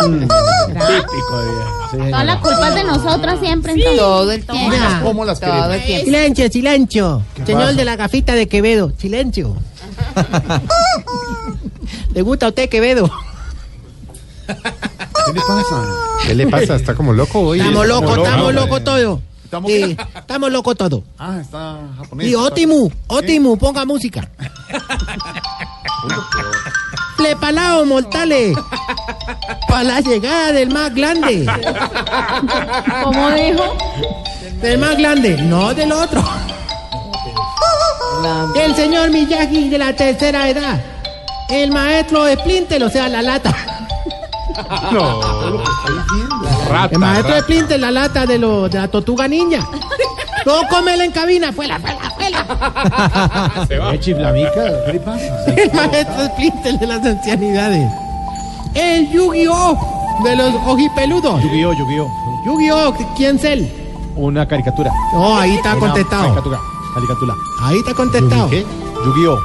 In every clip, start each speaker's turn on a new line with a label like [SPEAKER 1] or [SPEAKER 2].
[SPEAKER 1] Mm,
[SPEAKER 2] Típico de ella. Sí,
[SPEAKER 3] Toda la
[SPEAKER 2] señora.
[SPEAKER 3] culpa es de nosotras siempre.
[SPEAKER 4] Todo el tiempo.
[SPEAKER 2] Mira cómo las
[SPEAKER 4] Todo el
[SPEAKER 2] queremos.
[SPEAKER 4] tiempo.
[SPEAKER 1] pues. Silencio, silencio. Señor
[SPEAKER 2] pasa?
[SPEAKER 1] de la gafita de Quevedo, silencio. ¿Le gusta a usted Quevedo?
[SPEAKER 2] ¿Qué le pasa?
[SPEAKER 5] ¿Qué le pasa? ¿Está como loco hoy?
[SPEAKER 1] Estamos
[SPEAKER 2] está
[SPEAKER 1] locos,
[SPEAKER 2] loco,
[SPEAKER 1] estamos
[SPEAKER 2] hombre.
[SPEAKER 1] locos todo.
[SPEAKER 2] Estamos-
[SPEAKER 1] Sí, Estamos locos todo.
[SPEAKER 2] Ah, está japonés.
[SPEAKER 1] Y Otimu, Otimu, ponga música. Le palao, mortales. Para la llegada del más grande.
[SPEAKER 3] Como dijo,
[SPEAKER 1] Del más grande, no del otro.
[SPEAKER 4] La-
[SPEAKER 1] El señor Miyagi de la tercera edad. El maestro Splinter, o sea, la lata.
[SPEAKER 5] Ah, No, lo que está diciendo.
[SPEAKER 1] El
[SPEAKER 5] Rata,
[SPEAKER 1] maestro
[SPEAKER 5] rata.
[SPEAKER 1] Splinter, la lata de, lo, de la tortuga ninja. No cómela en cabina, fuela, fuela, fuela.
[SPEAKER 2] ¿Qué chiflamica? ¿Qué le pasa?
[SPEAKER 1] El maestro Splinter de las ancianidades. El Yu-Gi-Oh! de los ojipeludos.
[SPEAKER 2] Yu-Gi-Oh, Yu-Gi-Oh.
[SPEAKER 1] Yu-Gi-Oh! ¿Quién es él?
[SPEAKER 2] Una caricatura.
[SPEAKER 1] No, ahí está
[SPEAKER 2] Una
[SPEAKER 1] contestado.
[SPEAKER 2] Caricatura. Caricatura.
[SPEAKER 1] Ahí está contestado.
[SPEAKER 5] ¿Qué?
[SPEAKER 2] Yu-Gi-Oh.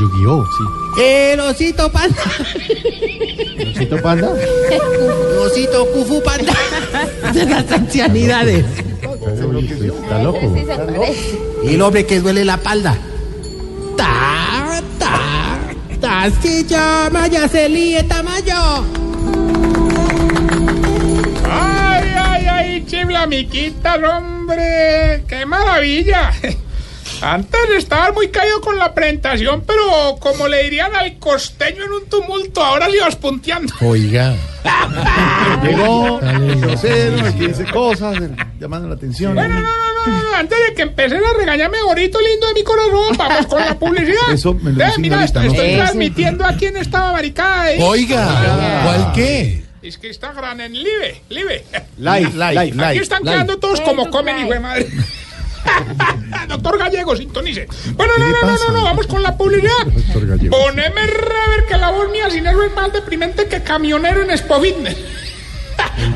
[SPEAKER 5] Yu-Gi-Oh, sí.
[SPEAKER 1] El osito panda.
[SPEAKER 2] ¿Chito panda?
[SPEAKER 1] El osito cufu panda. De las ancianidades.
[SPEAKER 5] Está loco.
[SPEAKER 1] Y el hombre que duele la palda. Ta, ta, ta, si ya, maya, se líe, tamayo.
[SPEAKER 6] Ay, ay, ay, chiflamiquitas, hombre. Qué maravilla. Antes estabas muy caído con la presentación, pero como le dirían al costeño en un tumulto, ahora le ibas punteando.
[SPEAKER 2] Oh.
[SPEAKER 5] Oiga.
[SPEAKER 2] Llegó, grosero, el que dice cosas, el- llamando la atención.
[SPEAKER 6] Bueno, no, no, no, no, no, antes de que empecé a regañarme, gorito lindo de mi corazón, vamos con la publicidad.
[SPEAKER 2] Eso me lo
[SPEAKER 6] Eh,
[SPEAKER 2] dicen
[SPEAKER 6] mira,
[SPEAKER 2] ahorita, ¿no?
[SPEAKER 6] estoy
[SPEAKER 4] Eso.
[SPEAKER 6] transmitiendo aquí en esta barricada. ¿eh?
[SPEAKER 5] Oiga. ¿Cuál qué?
[SPEAKER 6] Es que está gran en live, live.
[SPEAKER 2] Live, live,
[SPEAKER 6] Aquí
[SPEAKER 2] live.
[SPEAKER 6] están quedando todos como comen, hijo de madre. Doctor Gallego, sintonice. Bueno, no,
[SPEAKER 5] le
[SPEAKER 6] no, no,
[SPEAKER 5] pasa?
[SPEAKER 6] no, no, vamos con la publicidad.
[SPEAKER 5] Doctor Gallego.
[SPEAKER 6] Poneme rever que la voz mía sin eso es más deprimente que camionero en Expo Business.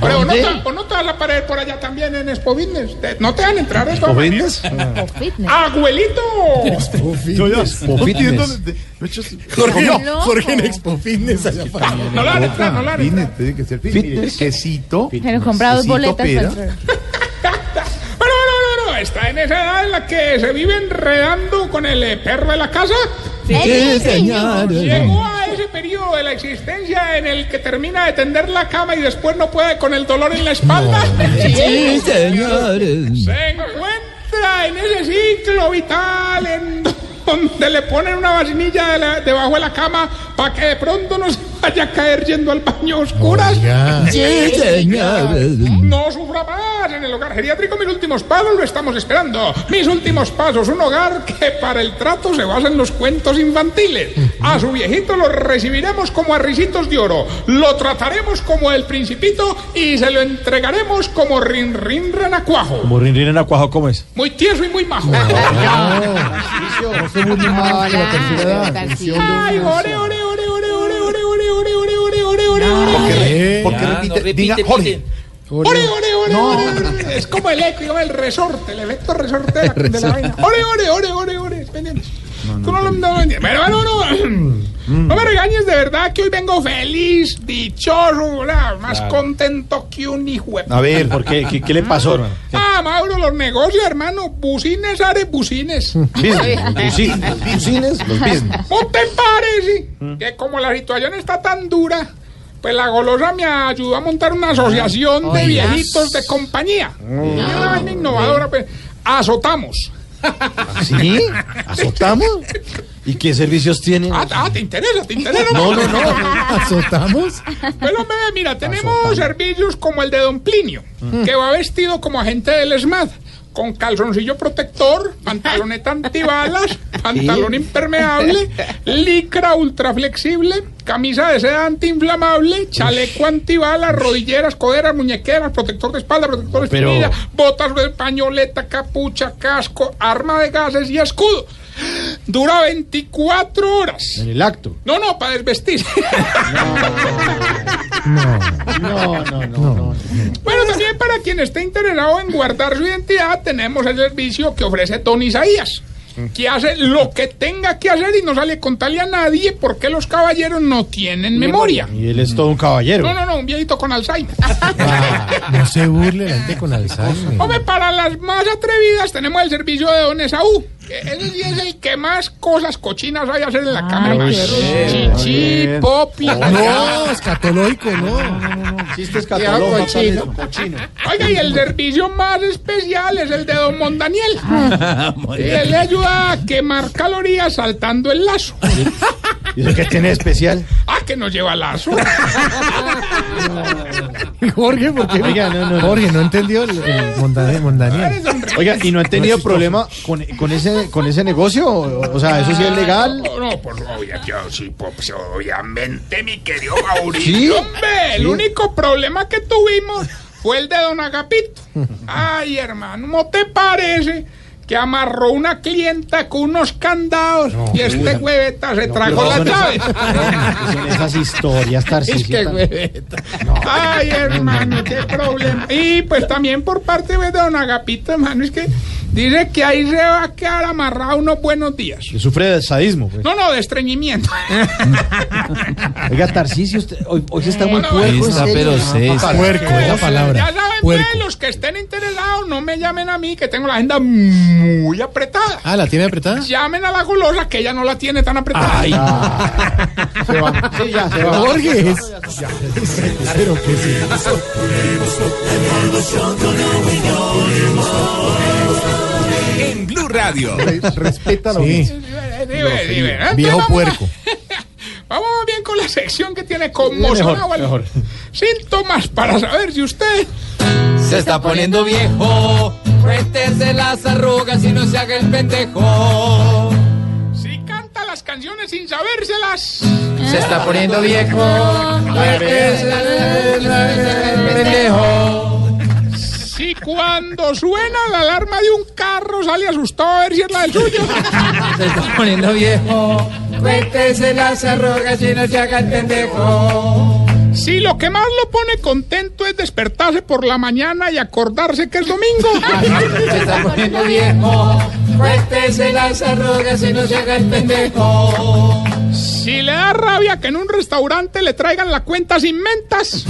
[SPEAKER 6] Pero no
[SPEAKER 2] dónde?
[SPEAKER 6] te, o no te vas a parar por allá también en Expo Business. Te- no te van a entrar eso.
[SPEAKER 2] ¿O vendes?
[SPEAKER 3] fitness.
[SPEAKER 6] ¡Abuelito!
[SPEAKER 2] Yo, yo, no entiendo.
[SPEAKER 5] Fitness.
[SPEAKER 2] de- de hecho, es-
[SPEAKER 5] Jorge,
[SPEAKER 3] no, Loco. Jorge en
[SPEAKER 5] Expo Fitness allá
[SPEAKER 6] No la van a entrar, no la van a entrar.
[SPEAKER 2] Fitness, tiene que ser fitness. Quesito.
[SPEAKER 3] Pero compra dos
[SPEAKER 2] quesito,
[SPEAKER 3] boletas
[SPEAKER 2] pera.
[SPEAKER 3] para entrar.
[SPEAKER 6] Pero no, no, no, está en esa edad en la que se vive enredando con el eh, perro de la casa.
[SPEAKER 3] Ese
[SPEAKER 6] Llegó a ese periodo de la existencia en el que termina de tender la cama y después no puede con el dolor en la espalda.
[SPEAKER 5] Sí, señores.
[SPEAKER 6] Se encuentra en ese ciclo vital en donde le ponen una vacinilla de la- debajo de la cama para que de pronto no se vaya a caer yendo al baño a oscuras.
[SPEAKER 5] Oiga. Sí, señores.
[SPEAKER 6] No sufra más en el hogar geriátrico. Mis últimos pasos lo estamos esperando. Mis últimos pasos, un hogar que para el trato se basa en los cuentos infantiles. A su viejito lo recibiremos como a risitos de oro. Lo trataremos como el principito y se lo entregaremos como rin rin renacuajo.
[SPEAKER 2] Como rin, rin en acuajo, ¿cómo es?
[SPEAKER 6] Muy tieso y muy majo.
[SPEAKER 2] No se burlen más
[SPEAKER 3] Ah,
[SPEAKER 2] de la tercera edad.
[SPEAKER 4] Tarcisio.
[SPEAKER 6] Ay, ore, ore, ore, ore, ore, ore, ore, ore, ore, ore, ore, ore, ore.
[SPEAKER 2] Porque, porque
[SPEAKER 7] Ya,
[SPEAKER 2] repite,
[SPEAKER 7] no repite,
[SPEAKER 2] diga
[SPEAKER 7] pite.
[SPEAKER 2] Jorge.
[SPEAKER 6] Ore, ore, ore, ore, ore. Es como el eco, digamos, el resorte, el efecto resorte de la, de la vaina. Ore, ore, ore, ore, ore. Pendiente. Tú no Mm. lo no, no, Pero no, no. No me regañes de verdad que hoy vengo feliz, dichoso, hola, más contento que un hijo. de-
[SPEAKER 2] A ver, ¿por qué? ¿Qué, qué le pasó, hermano?
[SPEAKER 6] Ah, Mauro, los negocios, hermano. Bucines, are bucines.
[SPEAKER 2] Business, business, los business.
[SPEAKER 6] ¿No te parece
[SPEAKER 2] Mm.
[SPEAKER 6] que como la situación está tan dura, pues la golosa me ayudó a montar una asociación de viejitos de compañía?
[SPEAKER 2] Mm.
[SPEAKER 6] Y una vaina innovadora, pues azotamos.
[SPEAKER 2] ¿Sí? ¿Azotamos? ¿Y qué servicios tiene?
[SPEAKER 6] Ah, ah, te interesa, te interesa.
[SPEAKER 2] No, no, no.
[SPEAKER 5] ¿Azotamos?
[SPEAKER 6] Bueno, hombre, mira, tenemos servicios como el de Don Plinio, que va vestido como agente del SMAD, con calzoncillo protector, pantaloneta antibalas, pantalón impermeable, licra ultra flexible, camisa de seda antiinflamable, chaleco antibalas, rodilleras, coderas, muñequeras, protector de espalda, protector de
[SPEAKER 2] Pero-
[SPEAKER 6] espinilla, botas de pañoleta, capucha, casco, arma de gases y escudo. Dura 24 horas.
[SPEAKER 2] En el acto.
[SPEAKER 6] No, no, para desvestir.
[SPEAKER 2] No, no, no, no.
[SPEAKER 6] Bueno, también para quien esté interesado en guardar su identidad, tenemos el servicio que ofrece Don Isaías. que hace lo que tenga que hacer y no sale a contarle a nadie porque los caballeros no tienen memoria.
[SPEAKER 2] Y él es todo un caballero.
[SPEAKER 6] No, no, no, un viejito con Alzheimer.
[SPEAKER 1] Ah, no se burle la gente con Alzheimer.
[SPEAKER 6] Hombre, para las más atrevidas tenemos el servicio de Don Esaú. que Ese sí es el que más cosas cochinas hay a hacer en la
[SPEAKER 3] Ay,
[SPEAKER 6] cámara.
[SPEAKER 3] qué
[SPEAKER 2] rico.
[SPEAKER 6] Chichi,
[SPEAKER 2] Bien.
[SPEAKER 6] popi.
[SPEAKER 1] No, escatológico, no.
[SPEAKER 2] Chistes
[SPEAKER 5] hago
[SPEAKER 2] catálogos.
[SPEAKER 5] cochino?
[SPEAKER 2] Cochino.
[SPEAKER 6] Oiga, y el servicio más especial es el de Don Mondaniel.
[SPEAKER 3] Ah.
[SPEAKER 6] Y él le ayuda a quemar calorías saltando el lazo.
[SPEAKER 2] ¿Y eso qué tiene de especial?
[SPEAKER 6] Ah, que no lleva lazo.
[SPEAKER 1] Jorge, ¿por qué?
[SPEAKER 2] Oiga, no, no, no.
[SPEAKER 1] Jorge, no entendió el, el monda- mondaniel.
[SPEAKER 2] Oiga, ¿y no han tenido problema con, con, ese, con ese negocio? O, o sea, ¿eso sí es legal?
[SPEAKER 6] No, no, pues obvia- yo sí, pues, obviamente, mi querido Mauricio.
[SPEAKER 2] Sí.
[SPEAKER 6] Hombre, el único problema que tuvimos fue el de don Agapito. Ay, hermano, ¿no te parece? Que amarró una clienta con unos candados y este hueveta se trajo la
[SPEAKER 2] son
[SPEAKER 6] llave.
[SPEAKER 2] esas- son esas historias,
[SPEAKER 6] Es
[SPEAKER 2] Tarcisio.
[SPEAKER 6] que
[SPEAKER 2] tan-
[SPEAKER 6] hueveta. Ay, hermano, qué problema. Y pues también por parte de don Agapito, hermano, es que dice que ahí se va a quedar amarrado unos buenos días.
[SPEAKER 2] que Sufre de sadismo. pues.
[SPEAKER 6] No, no, de estreñimiento.
[SPEAKER 2] Oiga, Tarcisio, usted, hoy, hoy está muy
[SPEAKER 6] Hola,
[SPEAKER 2] puerco.
[SPEAKER 4] Está, pero sí, está.
[SPEAKER 1] Puerco es la
[SPEAKER 6] Ya
[SPEAKER 1] palabra.
[SPEAKER 6] saben,
[SPEAKER 1] Puerco.
[SPEAKER 6] pues, los que estén interesados, no me llamen a mí, que tengo la agenda muy apretada.
[SPEAKER 1] Ah, ¿la tiene apretada?
[SPEAKER 6] Llamen a la golosa, que ella no la tiene tan apretada.
[SPEAKER 2] Se va. Sí, ya, se va.
[SPEAKER 1] Jorge. es- Pero que sí.
[SPEAKER 4] En Blue Radio.
[SPEAKER 2] Respeta la
[SPEAKER 1] Sí,
[SPEAKER 6] Dime, dime, ¿eh? Entonces,
[SPEAKER 1] Ah. viejo
[SPEAKER 6] vamos-
[SPEAKER 1] puerco.
[SPEAKER 6] Vamos bien con la sección que tiene
[SPEAKER 2] Mejor,
[SPEAKER 6] conmocionado al-
[SPEAKER 2] mejor.
[SPEAKER 6] síntomas para saber si usted
[SPEAKER 4] Se está poniendo viejo. Cuéntese las arrugas y no se haga el pendejo.
[SPEAKER 6] si canta las canciones sin sabérselas.
[SPEAKER 4] Se está poniendo viejo. Cuéntese las arrugas y no se haga el pendejo.
[SPEAKER 6] Si cuando suena la alarma de un carro sale asustado a ver si es la del suyo.
[SPEAKER 4] Se está poniendo viejo. Cuéntese las arrugas y no se haga el pendejo.
[SPEAKER 6] Si lo que más lo pone contento es despertarse por la mañana y acordarse que es domingo.
[SPEAKER 4] Se está poniendo viejo. Cuéntese las arrugas y no se haga el pendejo.
[SPEAKER 6] Si le da rabia que en un restaurante le traigan la cuenta sin mentas.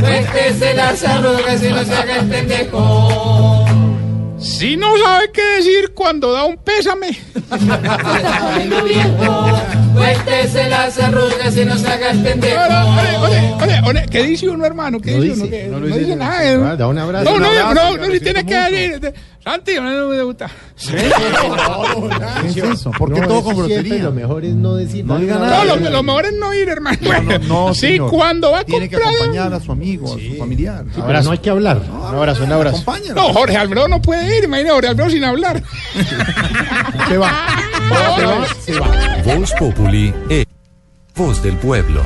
[SPEAKER 4] Cuéntese las arrugas y no se haga el pendejo.
[SPEAKER 6] Si no sabe qué decir cuando da un pésame.
[SPEAKER 4] Poniendo viejo, cuéntese las arrugas y no se haga el
[SPEAKER 6] Ahora,
[SPEAKER 4] pendejo.
[SPEAKER 6] ole, ole, ole, ole, ¿Qué dice uno, hermano? ¿Qué
[SPEAKER 2] No
[SPEAKER 6] dice uno?
[SPEAKER 2] dice,
[SPEAKER 6] ¿Qué?
[SPEAKER 2] no
[SPEAKER 6] No,
[SPEAKER 2] lo dice
[SPEAKER 6] dice
[SPEAKER 2] uno.
[SPEAKER 6] nada. ¿eh?
[SPEAKER 2] Ah, da un abrazo,
[SPEAKER 6] No,
[SPEAKER 2] un
[SPEAKER 6] no,
[SPEAKER 2] abrazo,
[SPEAKER 6] no,
[SPEAKER 2] que
[SPEAKER 6] no,
[SPEAKER 2] lo
[SPEAKER 6] si tiene que
[SPEAKER 2] siento
[SPEAKER 6] decir. Santi, no me gusta.
[SPEAKER 2] ¿Qué es eso? ¿Por qué todo con grosería? Lo mejor es no decir No diga
[SPEAKER 6] No,
[SPEAKER 2] nada.
[SPEAKER 6] lo, lo mejor es no ir, hermano.
[SPEAKER 2] no,
[SPEAKER 6] sí,
[SPEAKER 2] señor.
[SPEAKER 6] cuando va a
[SPEAKER 5] Tiene que
[SPEAKER 6] comprar.
[SPEAKER 5] acompañar a su amigo, a su familiar.
[SPEAKER 2] Abrazo. no hay que hablar. un abrazo, un abrazo.
[SPEAKER 5] Acompáñalo.
[SPEAKER 6] No, Jorge Alfredo no puede ir, imagínate, Jorge Alfredo sin hablar.
[SPEAKER 2] Se va. Se va. Se va.
[SPEAKER 7] Voz Populi, eh, voz del pueblo.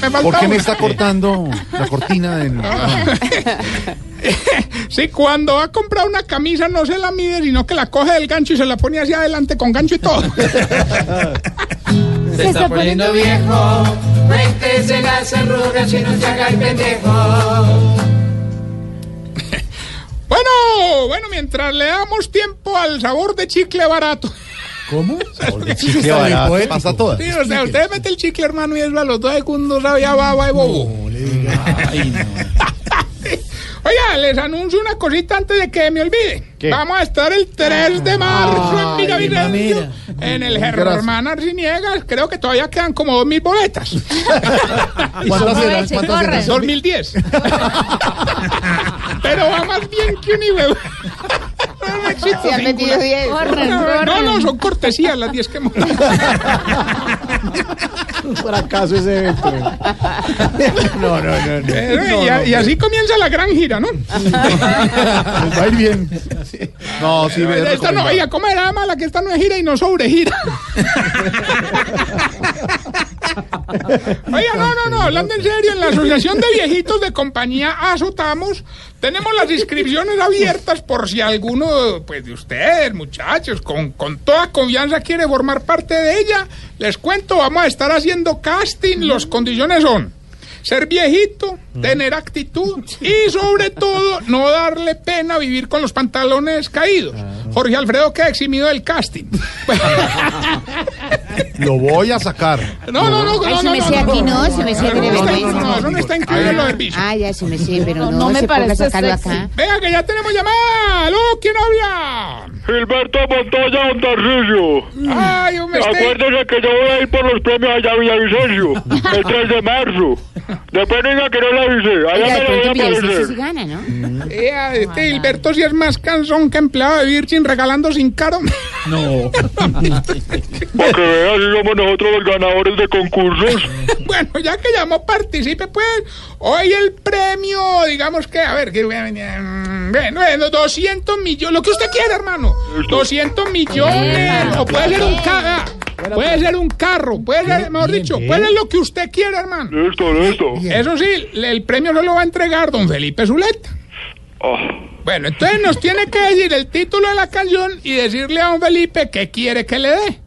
[SPEAKER 6] Me falta
[SPEAKER 5] ¿Por qué me
[SPEAKER 6] una.
[SPEAKER 5] está cortando la cortina del...
[SPEAKER 2] Ah,
[SPEAKER 6] Sí, cuando va a comprar una camisa no se la mide, sino que la coge del gancho y se la pone hacia adelante con gancho y todo.
[SPEAKER 4] Se está poniendo viejo, cuéntese las arrugas y no se haga el pendejo.
[SPEAKER 6] bueno, bueno, mientras le damos tiempo al sabor de chicle barato.
[SPEAKER 1] ¿Cómo?
[SPEAKER 2] Chicle barato.
[SPEAKER 5] Pasa todas.
[SPEAKER 6] Sí, o sea, usted mete el chicle, hermano, y eso a los dos segundos sabía baba de bobo. Oiga, les anuncio una cosita antes de que me olvide.
[SPEAKER 2] ¿Qué?
[SPEAKER 6] Vamos a estar el 3 de marzo en Villavicencio, en el Germán Arciniegas. Creo que todavía quedan como 2.000 boletas.
[SPEAKER 2] ¿Cuántas
[SPEAKER 3] Aprovechen,
[SPEAKER 2] eran? ¿Cuántas
[SPEAKER 3] corran.
[SPEAKER 2] eran?
[SPEAKER 6] Pues, 2010. Pero va más bien que un hijo. No, no existe
[SPEAKER 3] Se han
[SPEAKER 6] ninguna.
[SPEAKER 3] metido 10. Corran,
[SPEAKER 6] No, no,
[SPEAKER 3] corran.
[SPEAKER 6] no, son cortesías las 10 que hemos
[SPEAKER 2] Un fracaso ese evento. No, no, no. no. Pues
[SPEAKER 6] Eh, y, a- y así comienza la gran gira, ¿no?
[SPEAKER 2] Va a ir bien.
[SPEAKER 5] No, sí, ve,
[SPEAKER 6] esta no,
[SPEAKER 5] recomendado.
[SPEAKER 6] oiga, ¿cómo era mala que esta no es gira y no sobre gira? oiga, no, no, no, hablando en serio, en la Asociación de Viejitos de Compañía Azotamos tenemos las inscripciones abiertas por si alguno, pues de ustedes, muchachos, con, con toda confianza quiere formar parte de ella. Les cuento, vamos a estar haciendo casting, las condiciones son... ser viejito, tener actitud y sobre todo no darle pena vivir con los pantalones caídos. Jorge Alfredo queda eximido del casting.
[SPEAKER 2] Lo voy a sacar.
[SPEAKER 6] No, no, no,
[SPEAKER 8] Ay,
[SPEAKER 6] no,
[SPEAKER 8] se me
[SPEAKER 6] no,
[SPEAKER 8] hacía
[SPEAKER 6] no,
[SPEAKER 8] aquí,
[SPEAKER 6] no,
[SPEAKER 8] no, se me hacía que de
[SPEAKER 6] no, no,
[SPEAKER 8] vergüenza.
[SPEAKER 6] no, no, no está incluido en lo del bicho.
[SPEAKER 8] Ah, ya se me sé, pero no,
[SPEAKER 3] No, no me
[SPEAKER 8] se ponga a
[SPEAKER 3] parece
[SPEAKER 8] sacarlo
[SPEAKER 3] sexy.
[SPEAKER 8] acá.
[SPEAKER 6] Venga, que ya tenemos llamada. ¿Aló? ¿Quién habla?
[SPEAKER 9] Gilberto Montoya Ontarrillo.
[SPEAKER 6] Ay, este un mistake.
[SPEAKER 9] Acuérdense que yo voy a ir por los premios allá a Villavicencio el 3 de marzo. Después diga que no le avisé.
[SPEAKER 8] Oiga,
[SPEAKER 9] Allá
[SPEAKER 8] de
[SPEAKER 9] me lo voy
[SPEAKER 8] pronto
[SPEAKER 9] a
[SPEAKER 8] Villavicencio sí
[SPEAKER 9] aparecer.
[SPEAKER 8] gana, ¿no?
[SPEAKER 6] Eh, a este Gilberto sí es más cansón que empleado de Virgin regalando sin caro.
[SPEAKER 9] Para que veas si somos nosotros los ganadores de concursos.
[SPEAKER 6] bueno, ya que llamó, participe pues. Hoy el premio, digamos que, a ver, que voy a venir. mm, Bueno, bueno, 200 millones, lo que usted quiera, hermano. 200 millones, o puede ser un caga, puede ser un carro, puede ser, mejor dicho, puede ser lo que usted quiera, hermano.
[SPEAKER 9] Listo, listo.
[SPEAKER 6] Eso sí, le- el premio no lo va a entregar don Felipe Zuleta.
[SPEAKER 9] Ah,
[SPEAKER 6] Bueno, entonces nos tiene que decir el título de la canción y decirle a don Felipe qué quiere que le dé.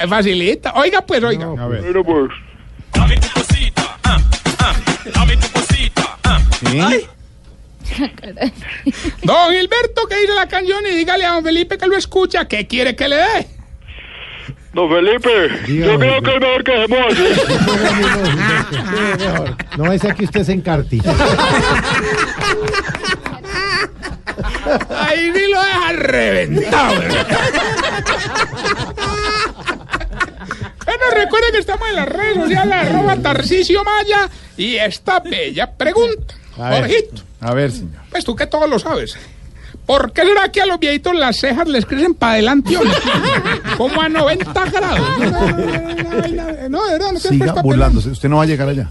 [SPEAKER 6] Es facilita. Oiga, pues, oiga.
[SPEAKER 2] A ver.
[SPEAKER 9] mira pues.
[SPEAKER 6] Don Gilberto, que dice la canción y dígale a don Felipe que lo escucha, ¿qué quiere que le dé?
[SPEAKER 9] Don Felipe, yo creo que es mejor que dejemos así.
[SPEAKER 5] No es que usted se encarte.
[SPEAKER 6] Ahí sí lo deja reventado. ¿verdad? bueno, recuerden que estamos en las redes sociales, arroba Tarcisio Maya y esta bella pregunta.
[SPEAKER 2] A ver,
[SPEAKER 6] Jorgito,
[SPEAKER 2] a ver señor.
[SPEAKER 6] pues tú que todo lo sabes. ¿Por qué será que a los viejitos las cejas les crecen para adelante? hombre? Como a 90 grados. No, no, no, no,
[SPEAKER 2] Siga burlándose. Usted no va a llegar allá.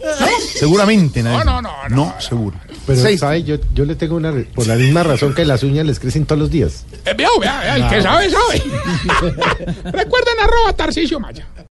[SPEAKER 2] Seguramente nadie.
[SPEAKER 6] No, no, no, no.
[SPEAKER 2] No, seguro.
[SPEAKER 5] Pero,
[SPEAKER 2] Seis.
[SPEAKER 5] ¿sabe? Yo, yo le tengo una. re- Por la misma razón que las uñas les crecen todos los días.
[SPEAKER 6] Eh, vea, vea, vea, el que sabe, sabe. Recuerden arroba Tarcisio Maya.